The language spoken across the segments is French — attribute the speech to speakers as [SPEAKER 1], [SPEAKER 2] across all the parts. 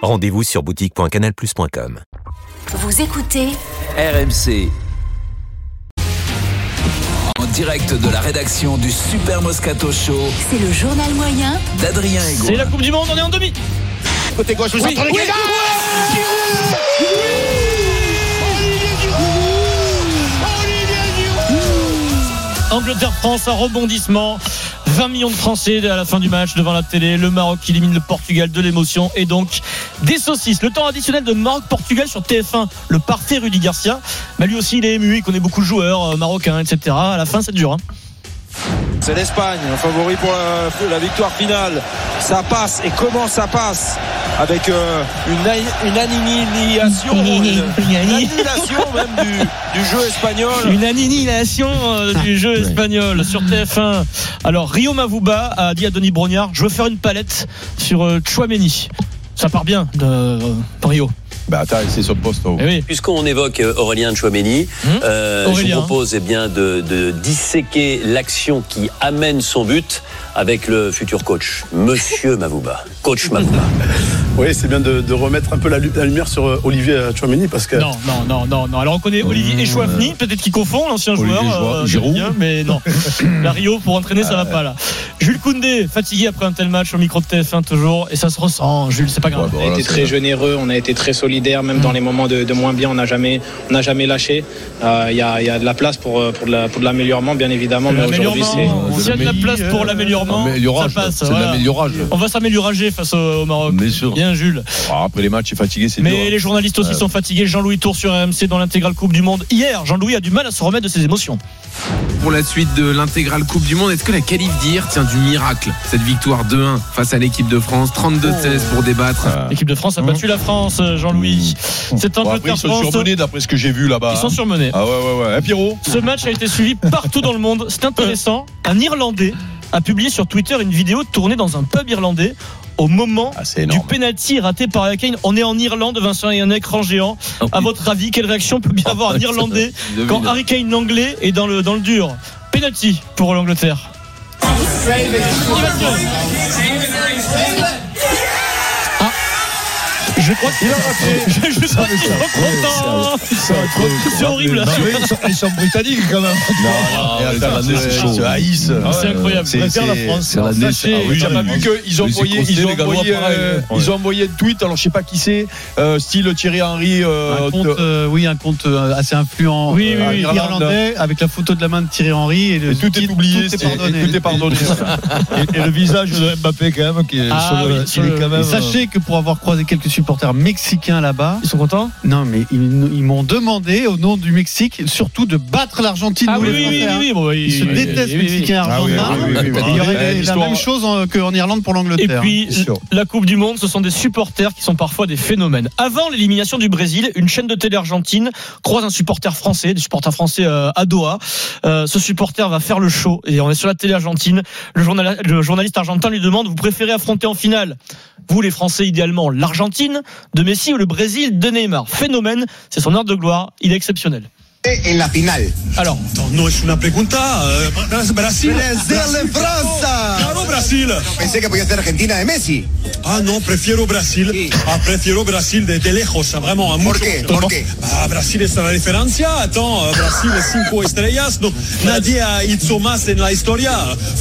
[SPEAKER 1] Rendez-vous sur boutique.canalplus.com.
[SPEAKER 2] Vous écoutez
[SPEAKER 3] RMC. En direct de la rédaction du Super Moscato Show
[SPEAKER 2] C'est le journal moyen
[SPEAKER 3] d'Adrien Ego.
[SPEAKER 4] C'est la Coupe du Monde, on est en demi.
[SPEAKER 5] Côté gauche, le centre de Guédard
[SPEAKER 4] Angleterre-France, un rebondissement. 20 millions de Français à la fin du match devant la télé. Le Maroc qui élimine le Portugal de l'émotion et donc des saucisses. Le temps additionnel de Maroc-Portugal sur TF1. Le parfait Rudy Garcia. Mais lui aussi, il est ému. Il connaît beaucoup de joueurs euh, marocains, etc. À la fin, ça dure. hein.
[SPEAKER 6] C'est l'Espagne, favori pour la, pour la victoire finale. Ça passe et comment ça passe Avec euh, une, aï- une annihilation, une, une annihilation même du, du jeu espagnol.
[SPEAKER 4] Une annihilation euh, du jeu espagnol sur TF1. Alors, Rio Mavuba a dit à Denis Brognard Je veux faire une palette sur euh, Chouameni. Ça part bien de euh, Rio.
[SPEAKER 7] Bah attends, c'est sur le poste.
[SPEAKER 4] Eh oui.
[SPEAKER 8] Puisqu'on évoque euh, Aurélien Chouameni,
[SPEAKER 4] Hum.
[SPEAKER 8] euh, je
[SPEAKER 4] Aurélien.
[SPEAKER 8] vous propose eh bien, de, de disséquer l'action qui amène son but avec le futur coach, Monsieur Mavouba. Coach Mavouba.
[SPEAKER 7] Oui, c'est bien de, de remettre un peu la, lu- la lumière sur euh, Olivier Chouameni parce que. Mmh.
[SPEAKER 4] Non, non, non, non, non. Alors on connaît Olivier Echouafni, peut-être qu'il confond, l'ancien
[SPEAKER 7] Olivier
[SPEAKER 4] joueur.
[SPEAKER 7] Joua-
[SPEAKER 4] euh,
[SPEAKER 7] Giroud. Ah.
[SPEAKER 4] bien, mais non. La Rio, pour entraîner, ça va pas là. Jules Koundé, fatigué après un tel match au micro de TF1 toujours, et ça se ressent, Jules, c'est pas grave.
[SPEAKER 7] Ouais,
[SPEAKER 4] Euh,
[SPEAKER 7] bon,
[SPEAKER 9] On a
[SPEAKER 7] voilà,
[SPEAKER 9] été
[SPEAKER 7] c'est-
[SPEAKER 9] très généreux, on a été très solidaire, même dans les moments de, de moins bien, on n'a jamais, on n'a jamais lâché. Euh, Il y, a, il y a de la place pour, euh, pour, de la- pour de l'améliorement, bien évidemment, mais aujourd'hui c'est.
[SPEAKER 4] L'améliorement, s'il y a de la place pour l'améliorement, ça
[SPEAKER 7] Améliorage,
[SPEAKER 4] passe.
[SPEAKER 7] c'est de
[SPEAKER 4] voilà.
[SPEAKER 7] l'améliorage.
[SPEAKER 4] On va s'améliorager face au au Maroc.
[SPEAKER 7] Bien sûr.
[SPEAKER 4] Bien, Jules.
[SPEAKER 7] Ah, après les matchs, il est fatigué, c'est
[SPEAKER 4] Mais les
[SPEAKER 7] dur.
[SPEAKER 4] journalistes aussi
[SPEAKER 7] Ouais.
[SPEAKER 4] sont fatigués. Jean-Louis Tour sur RMC dans l'intégrale Coupe du Monde. Hier, Jean-Louis a du mal à se remettre de ses émotions.
[SPEAKER 10] Pour la suite de l'intégrale Coupe du Monde, est-ce que la qualif d'hier tient du miracle Cette victoire 2-1 face à l'équipe de France, 32-16 pour débattre.
[SPEAKER 7] Ah. Mmh.
[SPEAKER 4] L'équipe de France a battu la France, euh, Jean-Louis. C'est
[SPEAKER 7] Bon, après, ils sont
[SPEAKER 4] Angleterre-France.
[SPEAKER 7] surmenés d'après ce que j'ai vu là-bas.
[SPEAKER 4] Ils sont
[SPEAKER 7] hein.
[SPEAKER 4] surmenés.
[SPEAKER 7] Ah ouais, ouais, ouais. Hein, Pierrot
[SPEAKER 4] Ce match a été suivi partout dans le monde. C'est intéressant. Un Irlandais a publié sur Twitter une vidéo tournée dans un pub irlandais au moment
[SPEAKER 7] Ah, c'est
[SPEAKER 4] du
[SPEAKER 7] énorme.
[SPEAKER 4] penalty raté par Harry Kane. On est en Irlande, Vincent, et un écran géant.
[SPEAKER 7] Ah
[SPEAKER 4] À votre avis, quelle réaction peut bien avoir un Irlandais
[SPEAKER 6] Euh,
[SPEAKER 4] quand Harry Kane anglais est dans le, dans le dur Penalty pour l'Angleterre. On y va, Thierry. Ah, Je crois qu'il a Je, je suis pas trop content. C'est horrible.
[SPEAKER 7] Ils sont britanniques quand même. Ah, Non, et attends, c'est- c'est chaud.
[SPEAKER 11] Ah,
[SPEAKER 4] C'est incroyable. Je préfère la France. Sachez,
[SPEAKER 7] Ah oui,
[SPEAKER 4] j'ai
[SPEAKER 7] t'as
[SPEAKER 4] pas
[SPEAKER 7] pas vu
[SPEAKER 4] vu
[SPEAKER 7] qu'ils ont
[SPEAKER 10] Mais c'est
[SPEAKER 7] envoyé,
[SPEAKER 10] considéré
[SPEAKER 7] ils ont
[SPEAKER 10] les Gallois
[SPEAKER 7] envoyé,
[SPEAKER 10] pareil,
[SPEAKER 7] euh,
[SPEAKER 10] ouais.
[SPEAKER 7] ils ont envoyé un tweet. Alors je sais pas qui c'est, euh, style Thierry Henry. euh,
[SPEAKER 11] Un compte,
[SPEAKER 7] de-
[SPEAKER 11] euh, oui, un compte euh, assez influent
[SPEAKER 4] Oui, oui,
[SPEAKER 11] euh,
[SPEAKER 4] oui,
[SPEAKER 11] irlandais avec la photo de la main de Thierry Henry et, le
[SPEAKER 7] et tout est
[SPEAKER 11] titre,
[SPEAKER 7] oublié,
[SPEAKER 11] tout est
[SPEAKER 7] c'est- et
[SPEAKER 11] pardonné.
[SPEAKER 7] tout est pardonné.
[SPEAKER 10] Et, le visage de Mbappé quand même qui est
[SPEAKER 4] Ah sur le- oui, sur il est le- quand
[SPEAKER 11] Et sachez que pour avoir croisé quelques supporters mexicains là-bas,
[SPEAKER 4] Ils sont contents
[SPEAKER 11] non mais ils, nous- ils m'ont demandé au nom du Mexique surtout de battre l'Argentine. nous, les Français, hein. Ils se détestent mexicains et
[SPEAKER 7] Ah oui,
[SPEAKER 11] argentins.
[SPEAKER 7] oui, oui, oui,
[SPEAKER 11] Et
[SPEAKER 7] oui,
[SPEAKER 11] Il y
[SPEAKER 7] oui.
[SPEAKER 11] aurait la
[SPEAKER 7] L'histoire-
[SPEAKER 11] même chose en- qu'en Irlande pour
[SPEAKER 4] Et
[SPEAKER 11] l'Angleterre.
[SPEAKER 4] puis,
[SPEAKER 10] hein,
[SPEAKER 4] la Coupe du Monde, ce sont des supporters qui sont parfois des phénomènes. Avant l'élimination du Brésil, une chaîne de télé argentine croise un supporter français, des supporters français euh, à Doha. Euh, ce supporter va faire le show et on est sur la télé argentine. Le, journal- le journaliste argentin lui demande Vous préférez affronter en finale vous, les Français, idéalement, l'Argentine de Messi ou le Brésil de Neymar. Phénomène, c'est son heure de gloire, il est exceptionnel.
[SPEAKER 5] En la finale.
[SPEAKER 4] Alors,
[SPEAKER 10] No es una pregunta. eh, Brasil.
[SPEAKER 5] França.
[SPEAKER 10] Brasil.
[SPEAKER 5] Pensé que podía ser Argentina de Messi.
[SPEAKER 10] Ah non, prefiero Brasil. Ah, prefiero Brasil de, lejos, ah, vraiment.
[SPEAKER 5] ¿Por qué? ¿Por qué?
[SPEAKER 10] Ah, Brasil es la diferencia. Attends, euh, Brasil es cinco estrellas. No, nadie ha hecho más en la historia.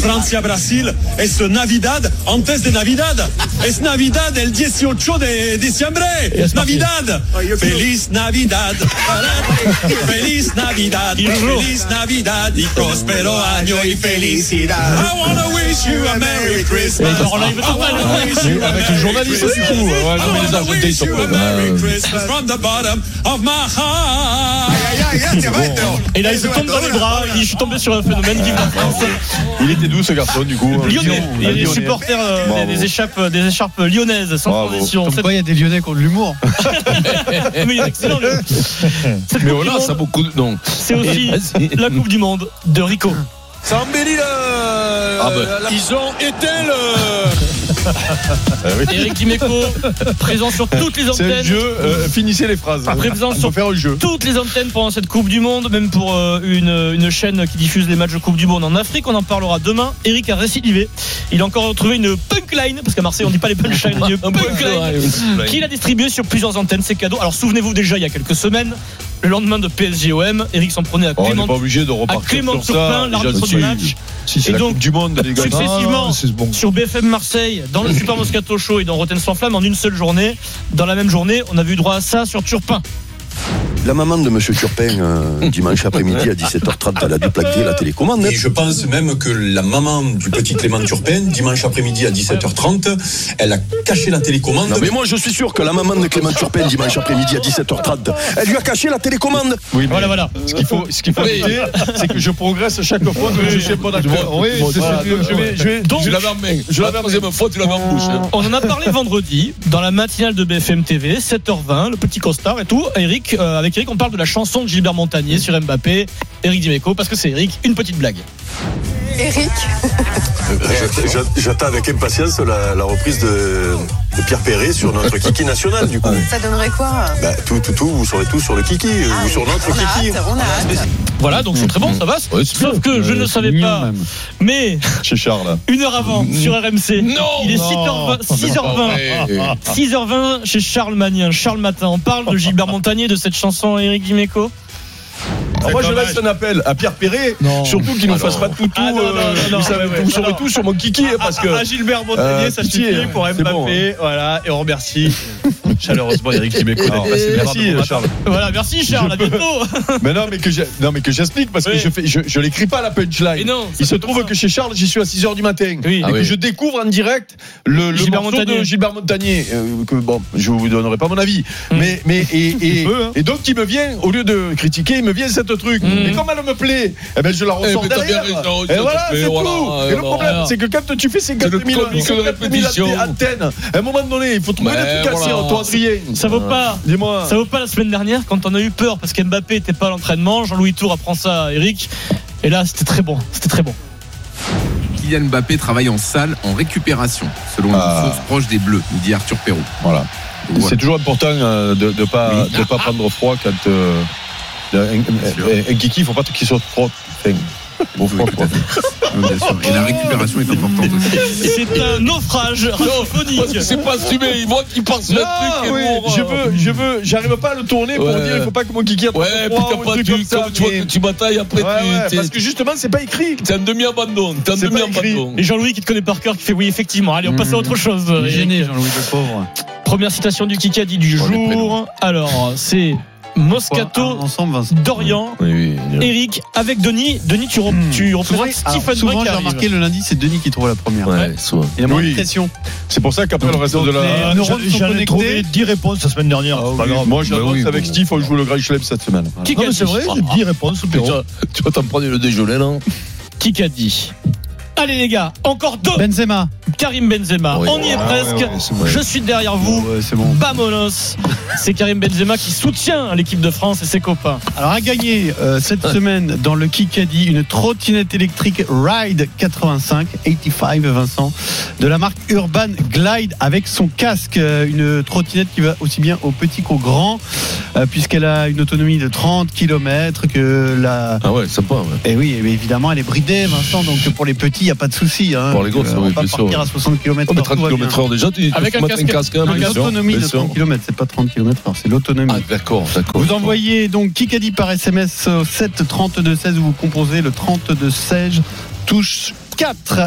[SPEAKER 10] Francia, Brasil es Navidad antes de Navidad. Es Navidad el 18 de diciembre.
[SPEAKER 4] es parti.
[SPEAKER 10] Navidad. Feliz Navidad. Feliz Navidad.
[SPEAKER 4] Il joue.
[SPEAKER 10] Feliz Navidad y prospero año y felicidad. I wanna wish you a a Merry Christmas.
[SPEAKER 4] Et alors là, il veut total.
[SPEAKER 6] hein.
[SPEAKER 10] Mais avec le journaliste, du coup. Ouais, non, mais les invités, ils sont pas
[SPEAKER 6] hein.
[SPEAKER 10] Merry Christmas from the bottom of my heart.
[SPEAKER 4] Et là, il se tombe dans les bras. Il- Je suis tombé sur un phénomène vive la France.
[SPEAKER 12] Il était doux ce garçon du coup. hein.
[SPEAKER 4] Lyonnais. Il y a des
[SPEAKER 12] Lyonnais.
[SPEAKER 4] supporters euh,
[SPEAKER 12] Bravo.
[SPEAKER 4] des, des échappes, des écharpes lyonnaises, sans
[SPEAKER 12] Bravo.
[SPEAKER 4] transition.
[SPEAKER 11] Comme
[SPEAKER 4] Cette-
[SPEAKER 11] quoi, il y a des Lyonnais qui ont de l'humour.
[SPEAKER 4] Mais il est excellent, lui. Cette
[SPEAKER 12] Mais
[SPEAKER 4] Coupe du
[SPEAKER 12] voilà,
[SPEAKER 4] Monde,
[SPEAKER 12] ça a beaucoup de. Non.
[SPEAKER 4] C'est aussi la Coupe du Monde de Rico.
[SPEAKER 6] Ça embellit le.
[SPEAKER 12] Ah ben.
[SPEAKER 6] la- Ils ont éteint le.
[SPEAKER 4] Eric Dimeco, présent sur toutes les
[SPEAKER 12] C'est un
[SPEAKER 4] antennes.
[SPEAKER 12] jeu. euh, finissez les phrases.
[SPEAKER 4] Après, présent
[SPEAKER 12] Il faut
[SPEAKER 4] sur
[SPEAKER 12] faire un jeu.
[SPEAKER 4] toutes les antennes pendant cette Coupe du Monde, même pour euh, une, une chaîne qui diffuse les matchs de Coupe du Monde en Afrique. On en parlera demain. Eric a récidivé. Il a encore trouvé une punkline, parce qu'à Marseille, on dit pas les punchlines, on dit une punkline, qu'il a distribué sur plusieurs antennes, ses cadeaux. Alors souvenez-vous déjà, il y a quelques semaines, le lendemain de PSGOM, Eric s'en prenait à
[SPEAKER 12] Oh, on n'est
[SPEAKER 4] Clément.
[SPEAKER 12] pas obligé de
[SPEAKER 4] à
[SPEAKER 12] repartir
[SPEAKER 4] Clément
[SPEAKER 12] sur ça.
[SPEAKER 4] Turpin, l'arbitre du
[SPEAKER 12] Déjà,
[SPEAKER 4] match.
[SPEAKER 12] Si c'est
[SPEAKER 4] Et
[SPEAKER 12] la
[SPEAKER 4] donc,
[SPEAKER 12] Coupe du Monde, les gars.
[SPEAKER 4] successivement.
[SPEAKER 12] Ah, C'est bon.
[SPEAKER 4] sur BFM Marseille, dans le Super Moscato Show et dans Rotten sans flamme en une seule journée. Dans la même journée, on a vu droit à ça sur Turpin.
[SPEAKER 13] La maman de Monsieur Turpin, euh, dimanche après-midi à 17h30, elle a dû plaquer la télécommande.
[SPEAKER 14] Et je pense même que la maman du petit Clément Turpin, dimanche après-midi à 17h30, elle a caché la télécommande.
[SPEAKER 13] Non, mais moi je suis sûr que la maman de Clément Turpin, dimanche après-midi à 17h30, elle lui a caché la télécommande.
[SPEAKER 12] Oui, mais
[SPEAKER 4] Voilà, voilà.
[SPEAKER 12] Ce qu'il faut, ce qu'il faut
[SPEAKER 13] Oui.
[SPEAKER 12] noter, c'est que je progresse chaque fois que je suis bon acteur.
[SPEAKER 11] Oui, c'est
[SPEAKER 12] Voilà,
[SPEAKER 11] ce que-
[SPEAKER 12] donc je vais, je vais,
[SPEAKER 4] Donc-
[SPEAKER 12] je l'avais en main. Je l'avais en troisième fois, tu l'avais en bouche. hein.
[SPEAKER 4] On en a parlé vendredi, dans la matinale de BFM TV, 7h20, le petit costard et tout. Eric, euh, avec Eric, on parle de la chanson de Gilbert Montagnier sur Mbappé, Eric Dimeco, parce que c'est Eric, une petite blague.
[SPEAKER 15] Eric
[SPEAKER 13] Euh, J'attends avec impatience la, reprise de, Pierre Perret sur notre Kiki national, du coup. Bah,
[SPEAKER 15] Ça donnerait quoi hein
[SPEAKER 13] tout, tout, tout, vous saurez tout sur le Kiki, euh, ou sur notre Ah,
[SPEAKER 15] Ah On a hâte, on a hâte.
[SPEAKER 4] Voilà, donc c'est très bon, ça va.
[SPEAKER 12] Ouais, c'est
[SPEAKER 4] Sauf
[SPEAKER 12] bien.
[SPEAKER 4] que je
[SPEAKER 12] Ouais,
[SPEAKER 4] ne
[SPEAKER 12] c'est
[SPEAKER 4] savais
[SPEAKER 12] mignon,
[SPEAKER 4] pas.
[SPEAKER 12] même.
[SPEAKER 4] Mais
[SPEAKER 12] Chez Charles. là.
[SPEAKER 4] Une heure avant sur RMC.
[SPEAKER 12] Non Ah,
[SPEAKER 4] Il est
[SPEAKER 12] Non.
[SPEAKER 4] 6h20,
[SPEAKER 12] Ah,
[SPEAKER 4] 6h20, 6h20 chez Charles Magnin, Charles Matin. On parle de Gilbert Montagnier, de cette chanson à Eric Dimeco.
[SPEAKER 12] Alors Ah, moi, je
[SPEAKER 4] dommage.
[SPEAKER 12] laisse un appel à Pierre Perret,
[SPEAKER 11] Non.
[SPEAKER 12] surtout qu'il ne fasse pas tout, tout.
[SPEAKER 4] Ah, non, non,
[SPEAKER 12] euh,
[SPEAKER 4] non, non,
[SPEAKER 12] vous savez,
[SPEAKER 4] ouais, ouais,
[SPEAKER 12] vous saurez
[SPEAKER 4] non, Ah,
[SPEAKER 12] tout sur mon kiki,
[SPEAKER 4] À-
[SPEAKER 12] parce
[SPEAKER 4] à-
[SPEAKER 12] que.
[SPEAKER 4] à Gilbert Montagnier,
[SPEAKER 12] Euh,
[SPEAKER 4] ça
[SPEAKER 12] pitié,
[SPEAKER 4] suffit pour
[SPEAKER 12] c'est
[SPEAKER 4] Mbappé.
[SPEAKER 12] bon, hein.
[SPEAKER 4] Voilà, et on remercie euh, chaleureusement Eric Dimeco.
[SPEAKER 12] Alors,
[SPEAKER 4] d'avoir passé
[SPEAKER 12] merci,
[SPEAKER 4] le matin.
[SPEAKER 12] Charles.
[SPEAKER 4] Voilà, merci Charles, à bientôt.
[SPEAKER 12] Mais non, mais que j'ai- non, mais que j'explique parce que
[SPEAKER 4] ah. Oui.
[SPEAKER 12] je fais, je, je l'écris pas la punchline.
[SPEAKER 4] Mais non, ça
[SPEAKER 12] Il se
[SPEAKER 4] fait pas
[SPEAKER 12] trouve
[SPEAKER 4] ça.
[SPEAKER 12] que chez Charles, j'y suis à 6 h du matin
[SPEAKER 4] Oui.
[SPEAKER 12] et
[SPEAKER 4] Ah
[SPEAKER 12] que
[SPEAKER 4] oui.
[SPEAKER 12] je découvre en direct le, le
[SPEAKER 4] Gilbert
[SPEAKER 12] morceau
[SPEAKER 4] Montagnier.
[SPEAKER 12] de Gilbert Montagnier. euh, que, bon, je vous donnerai pas mon avis, mais mais et et,
[SPEAKER 4] Mm. peux, hein.
[SPEAKER 12] et donc il me vient au lieu de critiquer, il me vient cette truc.
[SPEAKER 4] Mm.
[SPEAKER 12] Et comme elle me plaît, eh ben je la ressors
[SPEAKER 6] mais t'as bien
[SPEAKER 12] derrière.
[SPEAKER 6] raison,
[SPEAKER 12] et
[SPEAKER 6] ça te
[SPEAKER 12] voilà,
[SPEAKER 6] plaît,
[SPEAKER 12] c'est
[SPEAKER 6] voilà,
[SPEAKER 12] tout.
[SPEAKER 6] euh,
[SPEAKER 12] et le
[SPEAKER 6] bon,
[SPEAKER 12] problème,
[SPEAKER 6] alors.
[SPEAKER 12] c'est que quand tu fais ces
[SPEAKER 6] C'est le
[SPEAKER 12] 4000
[SPEAKER 6] comique de
[SPEAKER 12] 50 000
[SPEAKER 6] répétition.
[SPEAKER 12] antennes, à un moment donné, il faut trouver
[SPEAKER 6] Mais
[SPEAKER 12] l'efficacité
[SPEAKER 6] voilà.
[SPEAKER 12] en toi, Adrien.
[SPEAKER 4] Ça vaut pas.
[SPEAKER 12] Dis-moi.
[SPEAKER 4] Ça vaut pas la semaine dernière quand on a eu peur parce qu'Mbappé était pas à l'entraînement. Jean-Louis Tour apprend ça à Eric. Et là, c'était très bon. C'était très bon.
[SPEAKER 16] Kylian Mbappé travaille en salle en récupération, selon
[SPEAKER 12] Ah.
[SPEAKER 16] une source proche des Bleus, nous dit Arthur Perrault.
[SPEAKER 12] Voilà.
[SPEAKER 16] Donc, voilà.
[SPEAKER 12] C'est toujours important euh, de ne pas,
[SPEAKER 16] Oui.
[SPEAKER 12] de pas prendre froid quand. euh, un, un- un- un kiki, il ne faut pas qu'il soit trop. Enfin, bon, froid, quoi.
[SPEAKER 16] Oui, bien sûr. Et la récupération est importante aussi.
[SPEAKER 4] C'est un naufrage radiophonique.
[SPEAKER 6] C'est pas assumé, ils voient qu'ils pensent
[SPEAKER 12] Non,
[SPEAKER 6] le truc
[SPEAKER 12] oui,
[SPEAKER 6] et bon,
[SPEAKER 12] je
[SPEAKER 6] euh,
[SPEAKER 12] veux, je veux, j'arrive pas à le tourner pour
[SPEAKER 6] Ouais.
[SPEAKER 12] dire il faut pas que mon kiki a trop
[SPEAKER 6] Ouais, puis
[SPEAKER 12] froid
[SPEAKER 6] t'as
[SPEAKER 12] ou un
[SPEAKER 6] pas
[SPEAKER 12] truc
[SPEAKER 6] tu,
[SPEAKER 12] comme ça,
[SPEAKER 6] comme tu vois
[SPEAKER 12] mais-
[SPEAKER 6] que tu batailles après,
[SPEAKER 12] Ouais, ouais,
[SPEAKER 6] tu,
[SPEAKER 12] parce
[SPEAKER 6] t'es,
[SPEAKER 12] que justement c'est pas écrit.
[SPEAKER 6] t'es en demi-abandon, t'es en
[SPEAKER 12] C'est pas
[SPEAKER 6] demi-abandon.
[SPEAKER 4] Et Jean-Louis qui te connaît par cœur qui fait oui effectivement. Allez, on passe à autre chose.
[SPEAKER 11] Il est
[SPEAKER 4] Eric.
[SPEAKER 11] gêné, Jean-Louis, le pauvre.
[SPEAKER 4] Première citation du Kikadi du
[SPEAKER 16] Oh, les
[SPEAKER 4] jour.
[SPEAKER 16] prénoms.
[SPEAKER 4] Alors, c'est Moscato
[SPEAKER 11] Ensemble, Vincent.
[SPEAKER 4] Dorian.
[SPEAKER 12] Oui, oui.
[SPEAKER 4] Eric avec Denis. Denis, tu, re- tu représentes
[SPEAKER 11] alors,
[SPEAKER 4] Stephen
[SPEAKER 11] Hmm. souvent,
[SPEAKER 4] Brun qui
[SPEAKER 11] j'ai
[SPEAKER 4] arrive.
[SPEAKER 11] remarqué le lundi, c'est Denis qui trouve la première.
[SPEAKER 12] Ouais, souvent.
[SPEAKER 11] Il y a moins de
[SPEAKER 12] Oui.
[SPEAKER 11] pression.
[SPEAKER 12] C'est pour ça qu'après le reste de la.
[SPEAKER 11] les neurones sont
[SPEAKER 12] J'allais
[SPEAKER 11] connectés.
[SPEAKER 12] trouver-
[SPEAKER 17] 10 réponses la semaine dernière.
[SPEAKER 12] Ah
[SPEAKER 17] c'est pas
[SPEAKER 12] oui, Ah,
[SPEAKER 17] grave. Bah
[SPEAKER 12] Moi, j'annonce
[SPEAKER 17] oui,
[SPEAKER 12] avec
[SPEAKER 17] bon.
[SPEAKER 12] Steve, on joue le Grand Chelem cette semaine.
[SPEAKER 4] Qui
[SPEAKER 17] Non,
[SPEAKER 4] a
[SPEAKER 17] mais c'est
[SPEAKER 4] dit Ah,
[SPEAKER 17] vrai, 10 réponses,
[SPEAKER 12] Tu
[SPEAKER 17] Pierrot.
[SPEAKER 12] vas- tu vas t'en prendre le déjeuner, non
[SPEAKER 4] Kikadi. Allez les gars, encore deux.
[SPEAKER 11] Benzema.
[SPEAKER 4] Karim Benzema.
[SPEAKER 12] Oui.
[SPEAKER 4] On y est
[SPEAKER 12] Ah,
[SPEAKER 4] presque.
[SPEAKER 12] ouais, ouais, c'est vrai.
[SPEAKER 4] Je suis derrière vous.
[SPEAKER 11] Ouais, c'est bon.
[SPEAKER 4] Bamonos, c'est Karim Benzema qui soutient l'équipe de France et ses copains.
[SPEAKER 11] Alors à gagner euh, cette semaine dans le Kikadi une trottinette électrique Ride 85 85 Vincent de la marque Urban Glide avec son casque Euh, une trottinette qui va aussi bien aux petits qu'aux grands euh, puisqu'elle a une autonomie de 30 km que la
[SPEAKER 12] Ah ouais, sympa. ouais.
[SPEAKER 11] et oui eh bien, évidemment elle est bridée Vincent donc pour les petits il n'y a pas de souci hein.
[SPEAKER 12] Pour les gros,
[SPEAKER 11] Euh,
[SPEAKER 12] ça,
[SPEAKER 11] on
[SPEAKER 12] oui,
[SPEAKER 11] va
[SPEAKER 12] bien sûr,
[SPEAKER 11] partir à
[SPEAKER 12] ouais.
[SPEAKER 11] 60 km
[SPEAKER 12] Oh, mais 30 km heure déjà, tu, tu
[SPEAKER 4] Avec
[SPEAKER 12] te
[SPEAKER 4] un
[SPEAKER 12] mets
[SPEAKER 4] casque-
[SPEAKER 12] hein, mais
[SPEAKER 11] donc
[SPEAKER 12] bien sûr,
[SPEAKER 11] l'autonomie
[SPEAKER 12] bien
[SPEAKER 11] de
[SPEAKER 12] sûr.
[SPEAKER 11] 30 km c'est pas 30 km heure c'est l'autonomie
[SPEAKER 12] Ah, d'accord, d'accord.
[SPEAKER 11] vous envoyez donc Kikadi par SMS au 7 32 16 ou vous composez le 32 16 touche 4